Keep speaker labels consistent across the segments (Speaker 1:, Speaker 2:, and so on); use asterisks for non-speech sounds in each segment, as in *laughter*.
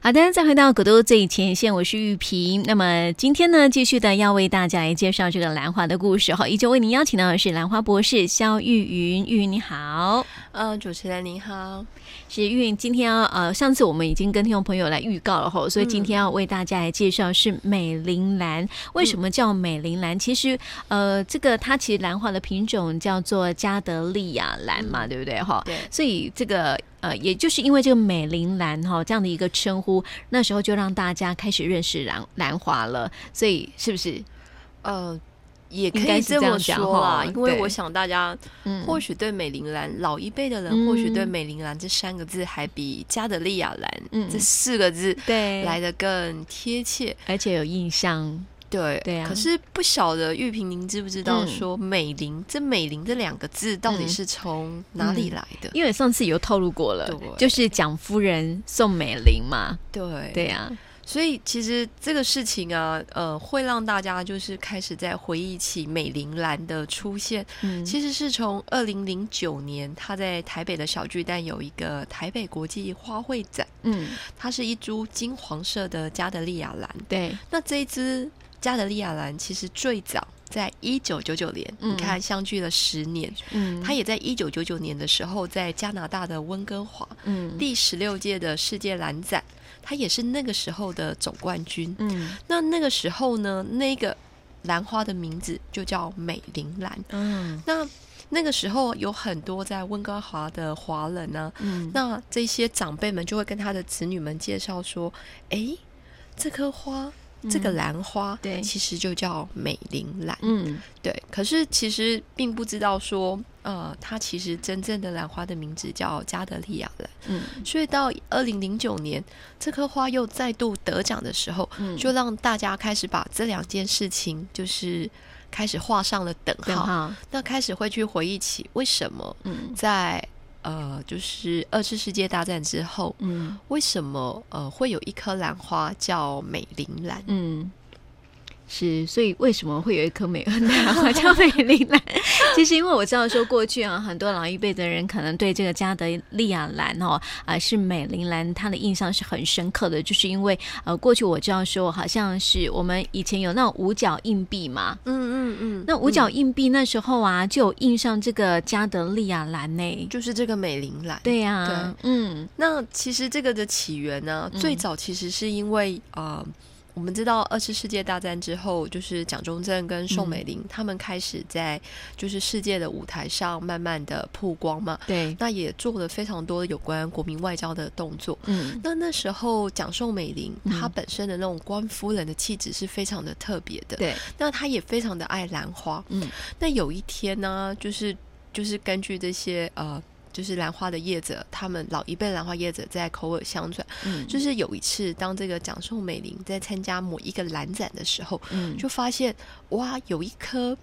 Speaker 1: 好的，再回到古都最前线，我是玉萍。那么今天呢，继续的要为大家来介绍这个兰花的故事哈。依旧为您邀请到的是兰花博士肖玉云，玉云你好。
Speaker 2: 呃，主持人您好，
Speaker 1: 是玉云今天要呃，上次我们已经跟听众朋友来预告了哈，所以今天要为大家来介绍是美玲兰。为什么叫美玲兰？其实呃，这个它其实兰花的品种叫做加德利亚兰嘛，对不对哈？
Speaker 2: 对，
Speaker 1: 所以这个呃，也就是因为这个美玲兰哈、这样的一个称呼，那时候就让大家开始认识兰兰花了。所以是不是？
Speaker 2: 呃，也可
Speaker 1: 应该
Speaker 2: 以
Speaker 1: 是这
Speaker 2: 么
Speaker 1: 样讲
Speaker 2: 说啦，
Speaker 1: 吼
Speaker 2: 因为我
Speaker 1: 对
Speaker 2: 想大家
Speaker 1: 嗯
Speaker 2: 或许对美玲兰，老一辈的人
Speaker 1: 嗯
Speaker 2: 或许对美玲兰这三个字还比加德利亚兰、
Speaker 1: 嗯
Speaker 2: 这四个字
Speaker 1: 对，
Speaker 2: 来的更贴切。
Speaker 1: 而且有印象，
Speaker 2: 对，
Speaker 1: 对啊
Speaker 2: 可是不晓得玉萍，您知不知道
Speaker 1: 嗯
Speaker 2: 说美玲、这美玲这两个字到底
Speaker 1: 嗯
Speaker 2: 是从哪里来的？
Speaker 1: 因为上次有透露过了
Speaker 2: 对，
Speaker 1: 就是蒋夫人宋美龄嘛，
Speaker 2: 对
Speaker 1: 对呀、
Speaker 2: 所以其实这个事情啊，呃，会让大家就是开始在回忆起美玲兰的出现。
Speaker 1: 嗯，
Speaker 2: 其实是从二零零九年，他在台北的小巨蛋有一个台北国际花卉展，
Speaker 1: 嗯，
Speaker 2: 它是一株金黄色的加德利亚兰。
Speaker 1: 对，
Speaker 2: 那这一只加德利亚兰其实最早在一九九九年，
Speaker 1: 嗯
Speaker 2: 你看相距了十年。
Speaker 1: 嗯，
Speaker 2: 它也在一九九九年的时候，在加拿大的温哥华
Speaker 1: 嗯
Speaker 2: 第十六届的世界兰展，它也是那个时候的总冠军。
Speaker 1: 嗯
Speaker 2: 那那个时候呢，那个兰花的名字就叫美玲兰。
Speaker 1: 嗯
Speaker 2: 那那个时候有很多在温哥华的华人呢、
Speaker 1: 嗯，
Speaker 2: 那这些长辈们就会跟他的子女们介绍说：“诶，这棵花，这个兰花，
Speaker 1: 嗯对
Speaker 2: 其实就叫美玲兰。
Speaker 1: 嗯
Speaker 2: 对，可是其实并不知道说，呃，它其实真正的兰花的名字叫加德利亚兰。
Speaker 1: 嗯
Speaker 2: 所以到二零零九年，这棵花又再度得奖的时候，
Speaker 1: 嗯，
Speaker 2: 就让大家开始把这两件事情，就是开始画上了等
Speaker 1: 等
Speaker 2: 号。
Speaker 1: 号，
Speaker 2: 那开始会去回忆起为什么
Speaker 1: 嗯
Speaker 2: 在呃，就是二次世界大战之后，
Speaker 1: 嗯
Speaker 2: 为什么呃会有一颗兰花叫美玲兰？
Speaker 1: 嗯。是，所以为什么会有一颗美兰花叫美玲兰？其实因为我知道说过去啊，很多老一辈的人可能对这个加德利亚兰哦啊、是美玲兰，她的印象是很深刻的，就是因为呃过去我知道说好像是我们以前有那种五角硬币嘛，
Speaker 2: 嗯嗯嗯
Speaker 1: 那五角硬币那时候啊，就有印上这个加德利亚蓝呢、
Speaker 2: 就是这个美玲兰。，
Speaker 1: 对呀、嗯
Speaker 2: 那其实这个的起源呢、
Speaker 1: 嗯
Speaker 2: 最早其实是因为啊。呃我们知道二次世界大战之后，就是蒋中正跟宋美龄、他们开始在就是世界的舞台上慢慢的曝光嘛，
Speaker 1: 对，
Speaker 2: 那也做了非常多有关国民外交的动作。
Speaker 1: 嗯
Speaker 2: 那那时候，蒋宋美龄
Speaker 1: 嗯
Speaker 2: 她本身的那种官夫人的气质是非常的特别的，
Speaker 1: 对，
Speaker 2: 那她也非常的爱兰花。
Speaker 1: 嗯
Speaker 2: 那有一天呢，就是就是根据这些呃，就是兰花的业者，他们老一辈兰花业者在口耳相传，
Speaker 1: 嗯
Speaker 2: 就是有一次，当这个蒋宋美龄在参加某一个兰展的时候，
Speaker 1: 嗯
Speaker 2: 就发现哇，有一颗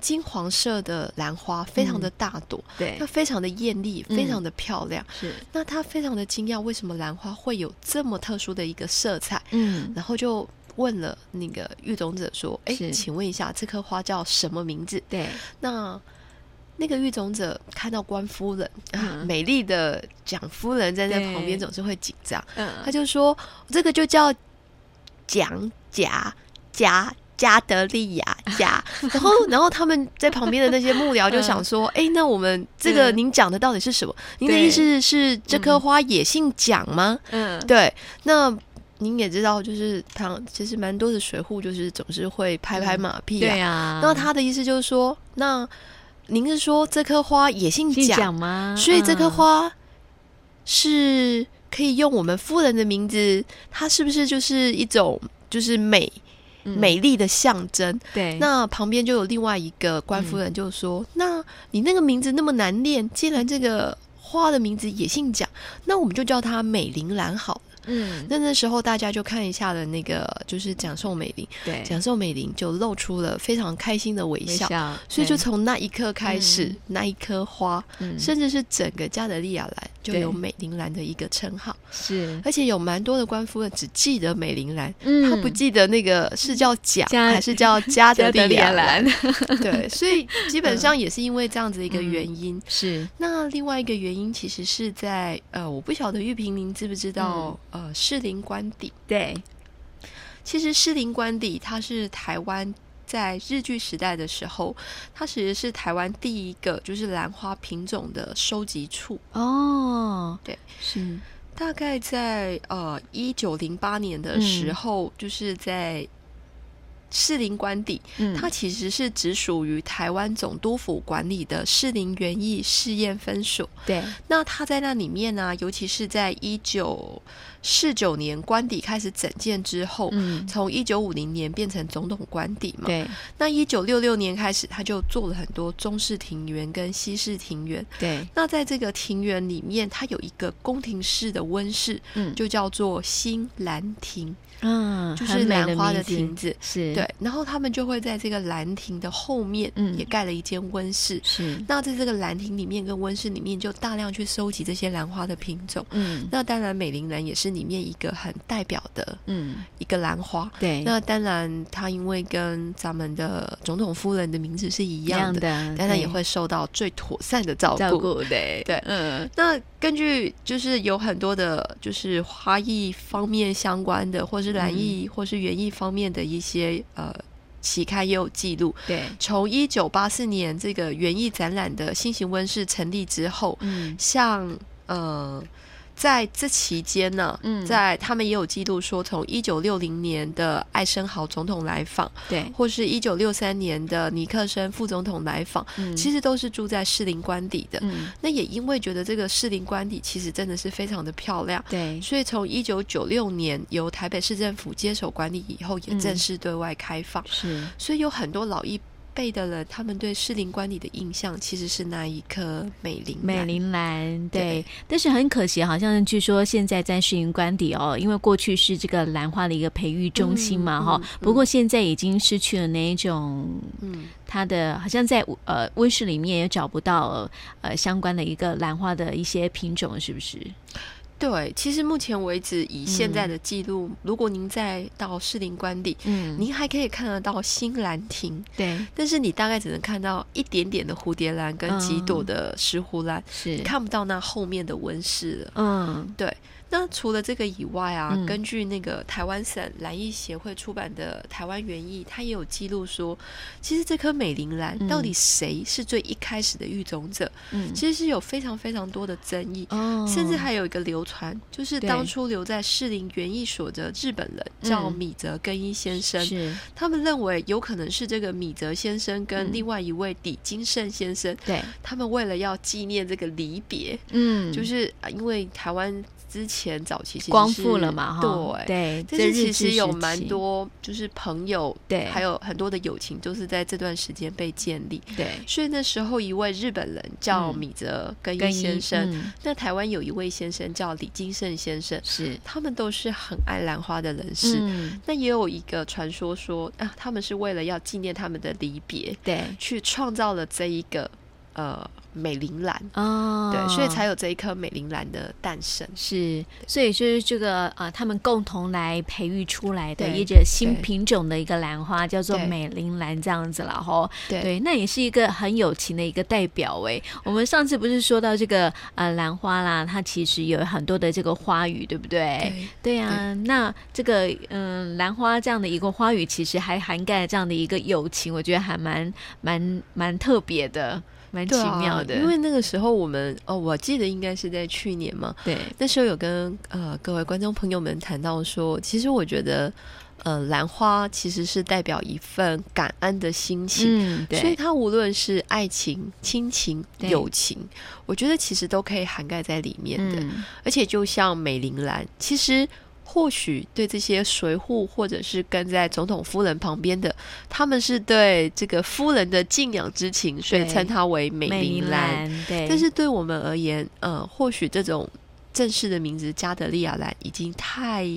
Speaker 2: 金黄色的兰花，非常的大朵，
Speaker 1: 对
Speaker 2: 它，非常的艳丽，
Speaker 1: 嗯
Speaker 2: 非常的漂亮。
Speaker 1: 是
Speaker 2: 那他非常的惊讶，为什么兰花会有这么特殊的一个色彩？
Speaker 1: 嗯
Speaker 2: 然后就问了那个育种者说：“哎
Speaker 1: 是，
Speaker 2: 请问一下，这棵花叫什么名字
Speaker 1: 对，？”
Speaker 2: 那那个育种者看到官夫人，啊
Speaker 1: 嗯
Speaker 2: 美丽的蒋夫人站在
Speaker 1: 对
Speaker 2: 旁边，总是会紧张。他
Speaker 1: 嗯
Speaker 2: 就说：“这个就叫蒋甲甲加德利亚甲。”
Speaker 1: *laughs*
Speaker 2: 然后，然后他们在旁边的那些幕僚就想说：“哎、那我们这个
Speaker 1: 嗯
Speaker 2: 您讲的到底是什么？您的
Speaker 1: 对
Speaker 2: 意思是这棵
Speaker 1: 嗯
Speaker 2: 花也姓蒋吗？”
Speaker 1: 嗯
Speaker 2: 对，那。您也知道，就是他其实蛮多的水户，就是总是会拍拍马屁
Speaker 1: 嗯对
Speaker 2: 啊。
Speaker 1: 呀，
Speaker 2: 那他的意思就是说，那您是说这棵花也姓
Speaker 1: 姓
Speaker 2: 蒋
Speaker 1: 蒋吗？
Speaker 2: 所以这棵
Speaker 1: 嗯
Speaker 2: 花是可以用我们夫人的名字，它是不是就是一种就是美、
Speaker 1: 嗯
Speaker 2: 美丽的象征？
Speaker 1: 对嗯
Speaker 2: 那旁边就有另外一个官夫人就说：“那你那个名字那么难念，既然这个花的名字也姓蒋，那我们就叫它美玲兰好了。”
Speaker 1: 嗯
Speaker 2: 那那时候大家就看一下了，那个就是蒋宋美龄，
Speaker 1: 对，
Speaker 2: 蒋宋美龄就露出了非常开心的微
Speaker 1: 微
Speaker 2: 笑。
Speaker 1: 笑，
Speaker 2: 所以就
Speaker 1: 对
Speaker 2: 从那一刻开始，
Speaker 1: 嗯
Speaker 2: 那一颗花
Speaker 1: 嗯
Speaker 2: 甚至是整个加德利亚兰就有美玲兰的一个称号，
Speaker 1: 是
Speaker 2: 而且有蛮多的官夫呢只记得美玲兰，
Speaker 1: 嗯
Speaker 2: 他不记得那个是叫贾
Speaker 1: 加
Speaker 2: 还是叫加德利亚兰。
Speaker 1: 兰
Speaker 2: *laughs* 对，所以基本上也是因为这样子的一个原因。
Speaker 1: *laughs* 是
Speaker 2: 那另外一个原因其实是在呃，我不晓得玉平您知不知道、呃，士林官邸。
Speaker 1: 对，
Speaker 2: 其实士林官邸它是台湾在日据时代的时候，它其实是台湾第一个就是兰花品种的收集处。
Speaker 1: 哦，
Speaker 2: 对，
Speaker 1: 是
Speaker 2: 大概在呃一九零八年的时
Speaker 1: 嗯
Speaker 2: 候，就是在士林官邸，
Speaker 1: 嗯，
Speaker 2: 它其实是只属于台湾总督府管理的士林园艺试验分所。
Speaker 1: 对，
Speaker 2: 那它在那里面呢、尤其是在一九四九年官邸开始整建之后。
Speaker 1: 嗯，
Speaker 2: 从一九五零年变成总统官邸嘛，
Speaker 1: 对
Speaker 2: 那一九六六年开始，他就做了很多中式庭园跟西式庭园。
Speaker 1: 对，
Speaker 2: 那在这个庭园里面，它有一个宫廷式的温室，
Speaker 1: 嗯，
Speaker 2: 就叫做新兰亭，
Speaker 1: 嗯，
Speaker 2: 就
Speaker 1: 很
Speaker 2: 是
Speaker 1: 美
Speaker 2: 兰花
Speaker 1: 名
Speaker 2: 的
Speaker 1: 字
Speaker 2: 亭子。
Speaker 1: 是，
Speaker 2: 对，然后他们就会在这个兰亭的后面，
Speaker 1: 嗯
Speaker 2: 也盖了一间温室。
Speaker 1: 是，
Speaker 2: 那在这个兰亭里面跟温室里面，就大量去收集这些兰花的品种。
Speaker 1: 嗯
Speaker 2: 那当然，美玲兰也是里面一个很代表的
Speaker 1: 嗯，
Speaker 2: 一个兰花。
Speaker 1: 对，
Speaker 2: 那当然，它因为跟咱们的总统夫人的名字是一
Speaker 1: 一
Speaker 2: 样
Speaker 1: 样
Speaker 2: 的，
Speaker 1: 的，嗯
Speaker 2: 当然也
Speaker 1: 对
Speaker 2: 会受到最妥善的照顾。
Speaker 1: 照顾，对
Speaker 2: 对
Speaker 1: 嗯
Speaker 2: 那根据就是有很多的，就是花艺方面相关的，或是
Speaker 1: 嗯
Speaker 2: 兰艺、或是园艺方面的一些呃期刊也有记录。
Speaker 1: 对，
Speaker 2: 从一九八四年这个园艺展览的新型温室成立之后，
Speaker 1: 嗯
Speaker 2: 像呃，在这期间呢，
Speaker 1: 嗯，
Speaker 2: 在他们也有记录说，从一九六零年的艾森豪总统来访，
Speaker 1: 对，
Speaker 2: 或是一九六三年的尼克森副总统来访，
Speaker 1: 嗯
Speaker 2: 其实都是住在士林官邸的。
Speaker 1: 嗯
Speaker 2: 那也因为觉得这个士林官邸其实真的是非常的漂亮，
Speaker 1: 对，
Speaker 2: 所以从一九九六年由台北市政府接手管理以后，也
Speaker 1: 嗯
Speaker 2: 正式对外开放。
Speaker 1: 是
Speaker 2: 所以有很多老一辈的人，他们对士林官邸的印象其实是那一颗美玲兰
Speaker 1: 美玲兰，对，
Speaker 2: 对
Speaker 1: 但是很可惜，好像据说现在在士林官邸哦，因为过去是这个兰花的一个培育中心嘛，
Speaker 2: 嗯
Speaker 1: 哈、
Speaker 2: 嗯
Speaker 1: 不过现在已经失去了那一种
Speaker 2: 嗯，
Speaker 1: 它的，好像在呃温室里面也找不到呃相关的一个兰花的一些品种，是不是？
Speaker 2: 对，其实目前为止，以现在的记录，如果您再到士林官邸，
Speaker 1: 嗯，
Speaker 2: 您还可以看得到新兰亭，
Speaker 1: 对
Speaker 2: 但是你大概只能看到一点点的蝴蝶兰跟几朵
Speaker 1: 嗯
Speaker 2: 的石斛兰，
Speaker 1: 是，
Speaker 2: 看不到那后面的温室了。
Speaker 1: 嗯
Speaker 2: 那除了这个以外啊，
Speaker 1: 嗯
Speaker 2: 根据那个台湾省兰艺协会出版的《台湾园艺》，它也有记录说，其实这颗美玲兰
Speaker 1: 嗯
Speaker 2: 到底谁是最一开始的育种者，
Speaker 1: 嗯，
Speaker 2: 其实是有非常非常多的争议。
Speaker 1: 哦，
Speaker 2: 甚至还有一个流传，就是
Speaker 1: 对
Speaker 2: 当初留在士林园艺所的日本人
Speaker 1: 嗯
Speaker 2: 叫米泽根一先生，
Speaker 1: 是，
Speaker 2: 他们认为有可能是这个米泽先生
Speaker 1: 嗯
Speaker 2: 跟另外一位李金胜先生，
Speaker 1: 对，
Speaker 2: *laughs* 他们为了要纪念这个离别，
Speaker 1: 嗯，
Speaker 2: 就是啊因为台湾之前早期其实
Speaker 1: 光
Speaker 2: 是
Speaker 1: 复了嘛，哈，
Speaker 2: 对。
Speaker 1: 对，
Speaker 2: 但
Speaker 1: 这
Speaker 2: 是
Speaker 1: 日
Speaker 2: 其
Speaker 1: 治
Speaker 2: 实有
Speaker 1: 时
Speaker 2: 蛮
Speaker 1: 期，
Speaker 2: 多，就是朋友，
Speaker 1: 对
Speaker 2: 还有很多的友情，就是在这段时间被建立。
Speaker 1: 对，
Speaker 2: 所以那时候，一位日本人叫
Speaker 1: 嗯
Speaker 2: 米泽根
Speaker 1: 跟
Speaker 2: 一先生，
Speaker 1: 嗯
Speaker 2: 那台湾有一位先生叫李金胜先生，
Speaker 1: 是。
Speaker 2: 他们都是很爱兰花的人士。
Speaker 1: 嗯、
Speaker 2: 那也有一个传说说啊，他们是为了要纪念他们的离别，
Speaker 1: 对，
Speaker 2: 去创造了这一个呃美玲兰，
Speaker 1: 哦，
Speaker 2: 对，所以才有这一颗美玲兰的诞生。
Speaker 1: 是，所以就是这个呃，他们共同来培育出来的
Speaker 2: 对
Speaker 1: 一个新
Speaker 2: 对
Speaker 1: 品种的一个兰花，叫做
Speaker 2: 对
Speaker 1: 美玲兰这样子了吼。
Speaker 2: 对
Speaker 1: 对，那也是一个很有情的一个代表诶。我们上次不是说到这个呃兰花啦，它其实有很多的这个花语，对不对？
Speaker 2: 对
Speaker 1: 对呀、那这个嗯兰花这样的一个花语，其实还涵盖这样的一个友情，我觉得还蛮蛮蛮特别的，蛮奇
Speaker 2: 对啊
Speaker 1: 妙的。
Speaker 2: 因为那个时候我们哦，我记得应该是在去年嘛，
Speaker 1: 对，
Speaker 2: 那时候有跟呃各位观众朋友们谈到说，其实我觉得呃兰花其实是代表一份感恩的心情，
Speaker 1: 嗯，对，
Speaker 2: 所以它无论是爱情、亲情、
Speaker 1: 对
Speaker 2: 友情，我觉得其实都可以涵盖在里面的。
Speaker 1: 嗯
Speaker 2: 而且就像美玲兰，其实或许对这些随护或者是跟在总统夫人旁边的，他们是对这个夫人的敬仰之情，所以
Speaker 1: 对
Speaker 2: 称它为美
Speaker 1: 美
Speaker 2: 玲
Speaker 1: 玲
Speaker 2: 兰。
Speaker 1: 兰，对，
Speaker 2: 但是对我们而言，呃，或许这种正式的名字加德利亚兰已经太。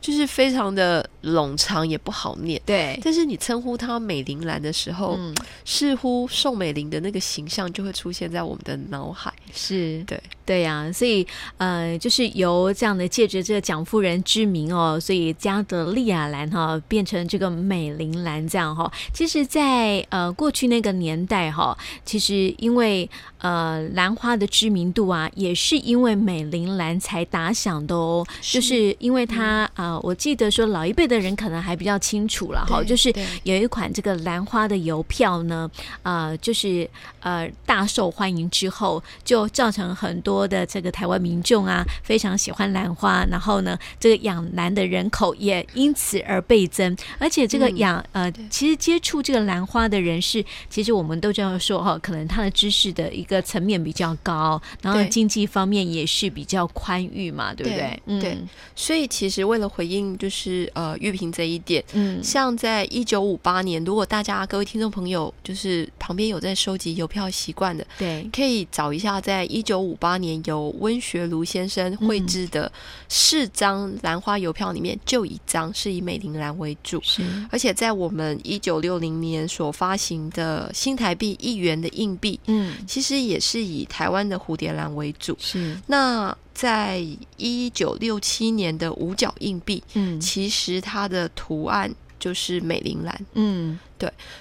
Speaker 2: 就是非常的冗长，也不好念。
Speaker 1: 对，
Speaker 2: 但是你称呼她美玲兰的时候，
Speaker 1: 嗯，
Speaker 2: 似乎宋美龄的那个形象就会出现在我们的脑海。
Speaker 1: 是
Speaker 2: 对
Speaker 1: 对呀、所以呃，就是由这样的借着这个蒋夫人之名哦，所以加德利亚兰哈、变成这个美玲兰这样哈、其实在，呃过去那个年代哈、其实因为呃兰花的知名度啊，也是因为美玲兰才打响的哦。就是因为它啊、呃我记得说老一辈的人可能还比较清楚了哈，
Speaker 2: 嗯对
Speaker 1: 就是
Speaker 2: 对
Speaker 1: 有一款这个兰花的邮票呢，呃，就是呃大受欢迎之后，就造成很多的这个台湾民众啊非常喜欢兰花，然后呢，这个养兰的人口也因此而倍增，而且这个
Speaker 2: 嗯
Speaker 1: 养、呃
Speaker 2: 对，
Speaker 1: 其实接触这个兰花的人士，其实我们都这样说哈，可能他的知识的一个层面比较高，然后
Speaker 2: 对
Speaker 1: 经济方面也是比较宽裕嘛，对不对
Speaker 2: 对？
Speaker 1: 嗯，
Speaker 2: 对所以其实为了回应就是呃玉萍这一点，
Speaker 1: 嗯，
Speaker 2: 像在一九五八年，如果大家各位听众朋友就是旁边有在收集邮票习惯的，
Speaker 1: 对，
Speaker 2: 可以找一下，在一九五八年由温学儒先生绘制的四张兰花邮票里面，就一张是以美玲兰为主。
Speaker 1: 是，
Speaker 2: 而且在我们一九六零年所发行的新台币一元的硬币，
Speaker 1: 嗯，
Speaker 2: 其实也是以台湾的蝴蝶兰为主。
Speaker 1: 是，
Speaker 2: 那在一九六七年的五角硬币，
Speaker 1: 嗯
Speaker 2: 其实它的图案就是美玲兰，
Speaker 1: 嗯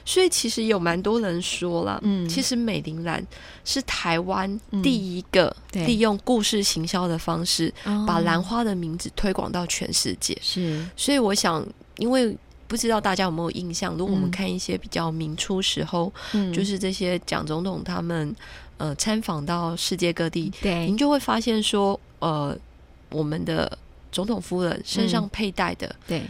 Speaker 2: 所以其实有蛮多人说了，
Speaker 1: 嗯，
Speaker 2: 其
Speaker 1: 实
Speaker 2: 实美玲兰是台湾
Speaker 1: 嗯
Speaker 2: 第一个
Speaker 1: 对
Speaker 2: 利用故事行销的方式，
Speaker 1: 嗯
Speaker 2: 把兰
Speaker 1: 兰
Speaker 2: 花的名字推广到全世界。
Speaker 1: 哦是，
Speaker 2: 所以我想，因为不知道大家有没有印象，如果我们
Speaker 1: 嗯
Speaker 2: 看一些比较明初时候，
Speaker 1: 嗯，
Speaker 2: 就是这些蒋总统他们呃参访到世界各地，
Speaker 1: 嗯对
Speaker 2: 您，就会发现说，呃，我们的总统夫人身上佩戴的
Speaker 1: 对，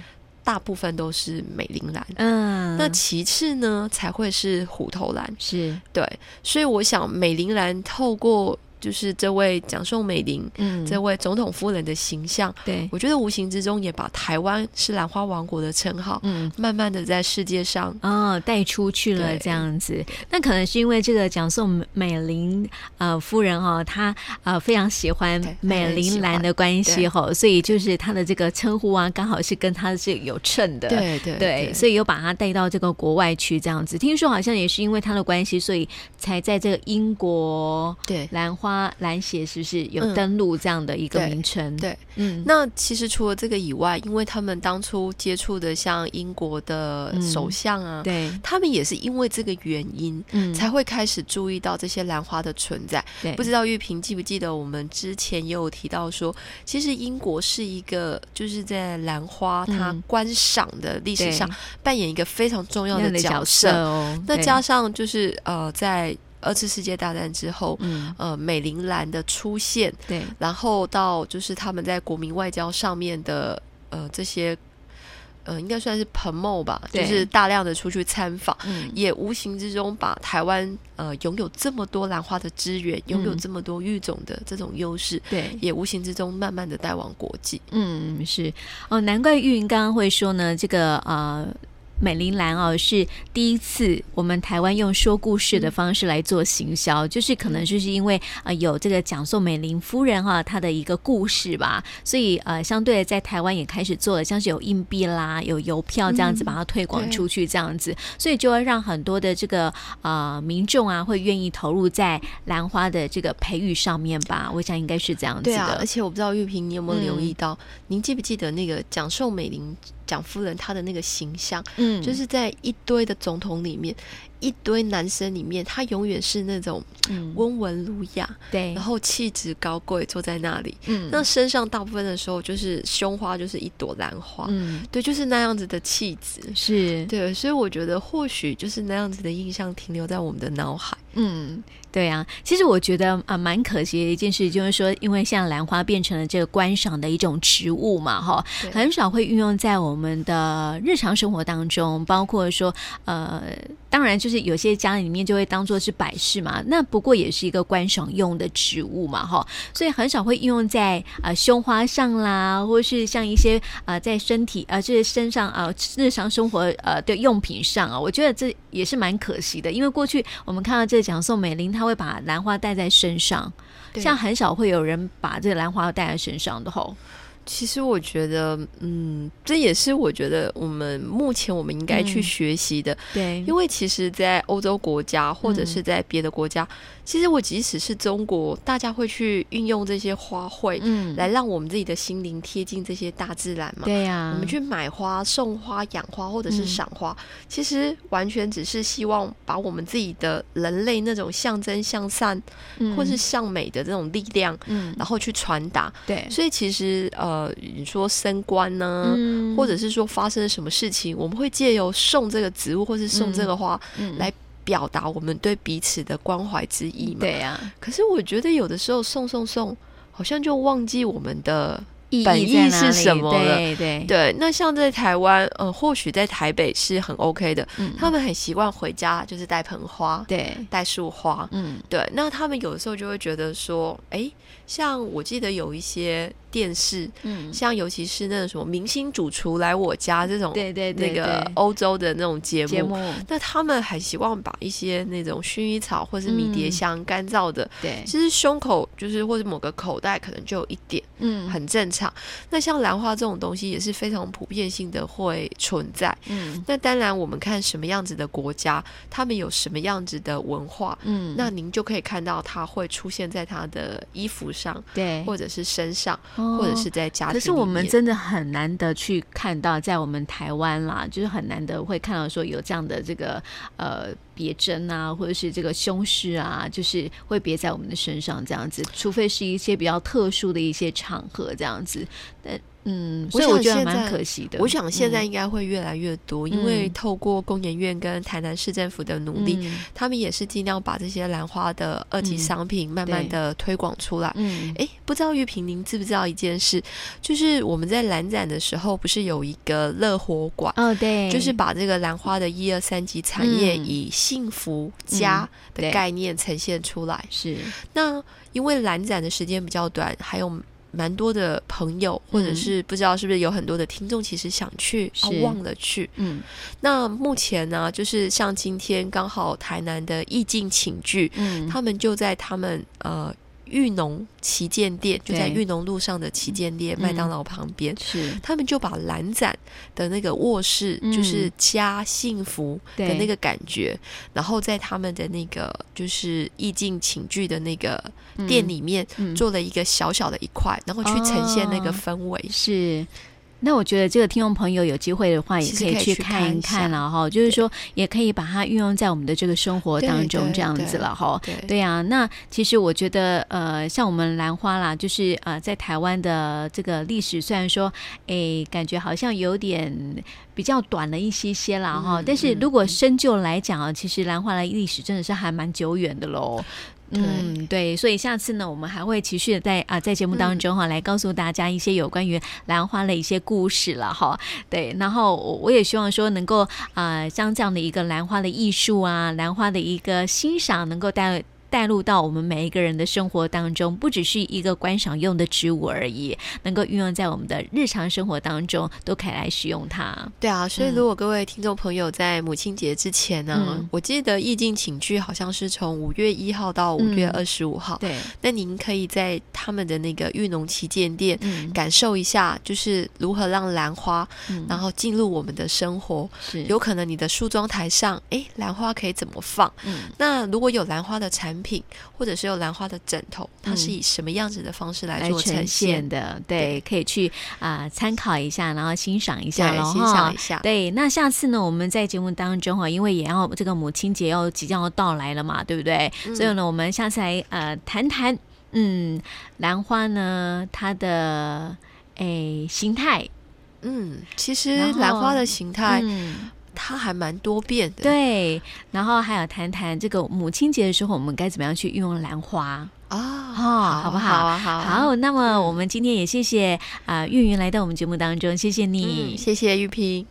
Speaker 2: 大部分都是美玲兰。
Speaker 1: 嗯，
Speaker 2: 那其次呢，才会是虎头兰。
Speaker 1: 是，
Speaker 2: 对，所以我想美玲兰透过就是这位蒋宋美龄、
Speaker 1: 嗯，
Speaker 2: 这位总统夫人的形象，
Speaker 1: 对，
Speaker 2: 我觉得无形之中也把台湾是兰花王国的称号，
Speaker 1: 嗯。
Speaker 2: 慢慢的在世界上。
Speaker 1: 哦，带出去了
Speaker 2: 对
Speaker 1: 这样子，那可能是因为这个蒋宋美龄呃夫人哦，她呃非常喜欢
Speaker 2: 对
Speaker 1: 美
Speaker 2: 她很喜
Speaker 1: 玲
Speaker 2: 欢
Speaker 1: 兰的关系
Speaker 2: 对
Speaker 1: 哈、所以就是她的这个称呼啊，刚好是跟她是有称的，
Speaker 2: 对对
Speaker 1: 对，所以又把他带到这个国外去，这样子。听说好像也是因为他的关系，所以才在这个英国
Speaker 2: 对
Speaker 1: 兰花蓝血是不是有
Speaker 2: 嗯
Speaker 1: 登录这样的一个
Speaker 2: 对
Speaker 1: 名称？
Speaker 2: 对，
Speaker 1: 嗯，
Speaker 2: 那其实除了这个以外，因为他们当初接触的像英国的
Speaker 1: 嗯
Speaker 2: 首相啊，
Speaker 1: 对，
Speaker 2: 他们也是因为这个原因。
Speaker 1: 嗯，
Speaker 2: 才会开始注意到这些兰花的存在。
Speaker 1: 对，
Speaker 2: 不知道玉萍记不记得，我们之前也有提到说，其实英国是一个就是在兰花它
Speaker 1: 嗯
Speaker 2: 观赏的历史上扮演一个非常重要
Speaker 1: 那
Speaker 2: 的
Speaker 1: 样的
Speaker 2: 角
Speaker 1: 角
Speaker 2: 色。
Speaker 1: 哦，
Speaker 2: 那
Speaker 1: 对
Speaker 2: 加上就是呃，在二次世界大战之后，
Speaker 1: 嗯，
Speaker 2: 呃，美玲兰的出现，
Speaker 1: 对，
Speaker 2: 然后到就是他们在国民外交上面的呃这些。呃，应该算是朋友吧，就
Speaker 1: 对
Speaker 2: 是大量的出去参访，
Speaker 1: 嗯，
Speaker 2: 也无形之中把台湾呃拥有这么多兰花的资源，拥有
Speaker 1: 嗯
Speaker 2: 这么多育种的这种优势，
Speaker 1: 对，
Speaker 2: 也无形之中慢慢的带往国际。
Speaker 1: 嗯，是哦，难怪玉云刚刚会说呢，这个呃。美玲兰哦，是第一次我们台湾用说故事的
Speaker 2: 嗯
Speaker 1: 方式来做行销，就是可能就是因为呃有这个蒋宋美龄夫人哈、她的一个故事吧，所以呃相对的在台湾也开始做了，像是有硬币啦、有邮票这样子
Speaker 2: 嗯
Speaker 1: 把它推广
Speaker 2: 对
Speaker 1: 出去这样子，所以就会让很多的这个呃民众啊会愿意投入在兰花的这个培育上面吧，我想应该是这样子
Speaker 2: 对啊，而
Speaker 1: 的，
Speaker 2: 且我不知道玉萍你有没有留意
Speaker 1: 嗯
Speaker 2: 到，您记不记得那个蒋寿美龄蒋夫人她的那个形象，
Speaker 1: 嗯，
Speaker 2: 就是在一堆的总统里面，一堆男生里面，她永远是那种
Speaker 1: 嗯
Speaker 2: 温文儒雅，
Speaker 1: 对
Speaker 2: 然，后气质高贵，坐在那里，
Speaker 1: 嗯
Speaker 2: 那身上大部分的时候就是胸花就是一朵兰花，
Speaker 1: 嗯，
Speaker 2: 对，就是那样子的气质。
Speaker 1: 是，
Speaker 2: 对，所以我觉得或许就是那样子的印象停留在我们的脑海。
Speaker 1: 嗯，对啊。其实我觉得啊、蛮可惜的一件事，就是说，因为像兰花变成了这个观赏的一种植物嘛，哈，
Speaker 2: 对
Speaker 1: 很少会运用在我们的日常生活当中，包括说，呃，当然就是有些家里面就会当做是摆饰嘛，那不过也是一个观赏用的植物嘛，哈，所以很少会应用在呃胸花上啦，或是像一些呃在身体呃就是身上呃日常生活呃的用品上啊，我觉得这也是蛮可惜的，因为过去我们看到这个蒋宋美龄，她会把兰花戴在身上，
Speaker 2: 对
Speaker 1: 像很少会有人把这个兰花戴在身上的吼，
Speaker 2: 其实我觉得，嗯，这也是我觉得我们目前我们应该去
Speaker 1: 嗯
Speaker 2: 学习的，
Speaker 1: 对，
Speaker 2: 因为其实，在欧洲国家或者
Speaker 1: 嗯
Speaker 2: 是在别的国家，其实我即使是中国，大家会去运用这些花卉，
Speaker 1: 嗯，
Speaker 2: 来让我们自己的心灵贴近这些大自然嘛。
Speaker 1: 对呀，
Speaker 2: 我们去买花、送花、养花或者是
Speaker 1: 嗯
Speaker 2: 赏花，其实完全只是希望把我们自己的人类那种象征向善、
Speaker 1: 嗯，
Speaker 2: 或是向美的这种力量，
Speaker 1: 嗯，
Speaker 2: 然后去传达。
Speaker 1: 对，
Speaker 2: 所以其实呃，你说升官呢，
Speaker 1: 嗯
Speaker 2: 或者是说发生了什么事情，我们会借由送这个植物或是送这个花，
Speaker 1: 嗯
Speaker 2: 来表达我们对彼此的关怀之意嘛。
Speaker 1: 对呀，
Speaker 2: 可是我觉得有的时候送送送，好像就忘记我们的
Speaker 1: 意
Speaker 2: 本
Speaker 1: 在
Speaker 2: 意
Speaker 1: 哪
Speaker 2: 是
Speaker 1: 里
Speaker 2: 什么了
Speaker 1: 对对，
Speaker 2: 对。那像在台湾，呃，或许在台北是很 OK 的，
Speaker 1: 嗯
Speaker 2: 他们很习惯回家就是带盆花、
Speaker 1: 对，
Speaker 2: 带束花。
Speaker 1: 嗯
Speaker 2: 对，那他们有的时候就会觉得说，诶，像我记得有一些电视，
Speaker 1: 嗯，
Speaker 2: 像尤其是那种什么明星主厨来我家这种
Speaker 1: 对对
Speaker 2: 那
Speaker 1: 对，
Speaker 2: 个
Speaker 1: 对
Speaker 2: 欧洲的那种节
Speaker 1: 嗯节
Speaker 2: 目，
Speaker 1: 目
Speaker 2: 那他们很习惯把一些那种薰衣草或是迷迭
Speaker 1: 嗯
Speaker 2: 香干燥的
Speaker 1: 对，
Speaker 2: 其实胸口就是或者某个口袋可能就有一点，
Speaker 1: 嗯
Speaker 2: 很正常。那像兰花这种东西也是非常普遍性的会存在。
Speaker 1: 嗯
Speaker 2: 那当然，我们看什么样子的国家，他们有什么样子的文化，
Speaker 1: 嗯，
Speaker 2: 那您就可以看到它会出现在他的衣服上，
Speaker 1: 对，哦
Speaker 2: 或者是身上，
Speaker 1: 或
Speaker 2: 或哎哦者是在家
Speaker 1: 可
Speaker 2: 庭里面。
Speaker 1: 是我们真的很难得去看到，在我们台湾啦，就是很难得会看到说有这样的这个呃别针啊，或者是这个胸饰啊，就是会别在我们的身上这样子，除非是一些比较特殊的一些场合这样子。但嗯，
Speaker 2: 我
Speaker 1: 所以我
Speaker 2: 想
Speaker 1: 觉得
Speaker 2: 现
Speaker 1: 蛮
Speaker 2: 在
Speaker 1: 可惜的。
Speaker 2: 我想现在
Speaker 1: 嗯
Speaker 2: 应该会越来越多，因为
Speaker 1: 嗯
Speaker 2: 透过工研院跟台南市政府的努力，
Speaker 1: 嗯
Speaker 2: 他们也是尽量把这些兰花的二级
Speaker 1: 嗯
Speaker 2: 商品慢慢
Speaker 1: 对
Speaker 2: 的推广出来。
Speaker 1: 嗯，
Speaker 2: 诶，不知道玉萍您知不知道一件事，就是我们在兰展的时候，不是有一个乐活馆，
Speaker 1: 哦对，
Speaker 2: 就是把这个兰花的一二三级产业
Speaker 1: 嗯
Speaker 2: 以幸福家
Speaker 1: 对
Speaker 2: 的概念呈现出来。
Speaker 1: 是
Speaker 2: 那因为兰展的时间比较短，还有。蛮多的朋友，或者
Speaker 1: 嗯
Speaker 2: 是不知道是不是有很多的听众，其实想去啊
Speaker 1: 是
Speaker 2: 忘了去。
Speaker 1: 嗯
Speaker 2: 那目前呢，就是像今天刚好台南的意境寝具，
Speaker 1: 嗯，
Speaker 2: 他们就在他们呃裕农旗舰店，就
Speaker 1: 对
Speaker 2: 在裕农路上的旗舰店
Speaker 1: 嗯
Speaker 2: 麦当劳旁边。
Speaker 1: 是
Speaker 2: 他们就把蓝展的那个卧室，
Speaker 1: 嗯
Speaker 2: 就是家幸福的
Speaker 1: 对
Speaker 2: 那个感觉，然后在他们的那个就是意境寝具的那个店里面
Speaker 1: 嗯嗯
Speaker 2: 做了一个小小的一块，然后去呈现那
Speaker 1: 哦
Speaker 2: 个氛围。
Speaker 1: 是。那我觉得这个听众朋友有机会的话，也
Speaker 2: 其实
Speaker 1: 可以
Speaker 2: 可以
Speaker 1: 去
Speaker 2: 去
Speaker 1: 看
Speaker 2: 看
Speaker 1: 一
Speaker 2: 一
Speaker 1: 看
Speaker 2: 下
Speaker 1: 了哈，就是说也可以把它运用在我们的这个生活
Speaker 2: 对
Speaker 1: 当中
Speaker 2: 对
Speaker 1: 这样
Speaker 2: 对
Speaker 1: 子了哈。
Speaker 2: 对
Speaker 1: 对呀、那其实我觉得，呃，像我们兰花啦，就是呃，在台湾的这个历史，虽然说，诶，感觉好像有点比较短了一些些啦哈、
Speaker 2: 嗯
Speaker 1: 但是
Speaker 2: 嗯
Speaker 1: 如果深究来讲啊，其实兰花的历史真的是还蛮久远的喽。嗯，对，所以下次呢，我们还会持续的在啊、在节目当中哈、来告诉大家一些有关于兰花的一些故事了哈。对，然后我我也希望说能够啊、像这样的一个兰花的艺术啊，兰花的一个欣赏，能够带。带入到我们每一个人的生活当中，不只是一个观赏用的植物而已，能够运用在我们的日常生活当中，都可以来使用它。
Speaker 2: 对啊，所以
Speaker 1: 嗯
Speaker 2: 如果各位听众朋友在母亲节之前呢、
Speaker 1: 嗯
Speaker 2: 我记得意境寝具好像是从五月一号到五月二十五号、
Speaker 1: 对，
Speaker 2: 那您可以在他们的那个玉农旗舰店。
Speaker 1: 嗯，
Speaker 2: 感受一下，就是如何让兰花，
Speaker 1: 嗯
Speaker 2: 然后进入我们的生活。
Speaker 1: 是
Speaker 2: 有可能你的梳妆台上，诶，兰花可以怎么放？
Speaker 1: 嗯
Speaker 2: 那如果有兰花的产品，或者是有兰花的枕头，它是以什么样子的方式来
Speaker 1: 嗯来
Speaker 2: 做
Speaker 1: 呈
Speaker 2: 呈现
Speaker 1: 现？的，对，可以去啊、参考一下，然后欣赏一
Speaker 2: 对
Speaker 1: 下，，
Speaker 2: 欣赏一。下。
Speaker 1: 对，那下次呢，我们在节目当中啊，因为也要这个母亲节要即将要到来了嘛，对不对？
Speaker 2: 嗯
Speaker 1: 所以呢，我们下次来呃谈谈，嗯，兰花呢它的诶形态，
Speaker 2: 嗯，其实
Speaker 1: 然后
Speaker 2: 兰花的形态、
Speaker 1: 嗯，
Speaker 2: 它还蛮多变的。
Speaker 1: 对，然后还有谈谈这个母亲节的时候，我们该怎么样去运用兰花。
Speaker 2: 啊，
Speaker 1: 哦好不好
Speaker 2: 好啊，好啊，
Speaker 1: 好，那么我们今天也谢谢啊、呃、运云来到我们节目当中，谢谢你，
Speaker 2: 嗯，谢谢玉萍。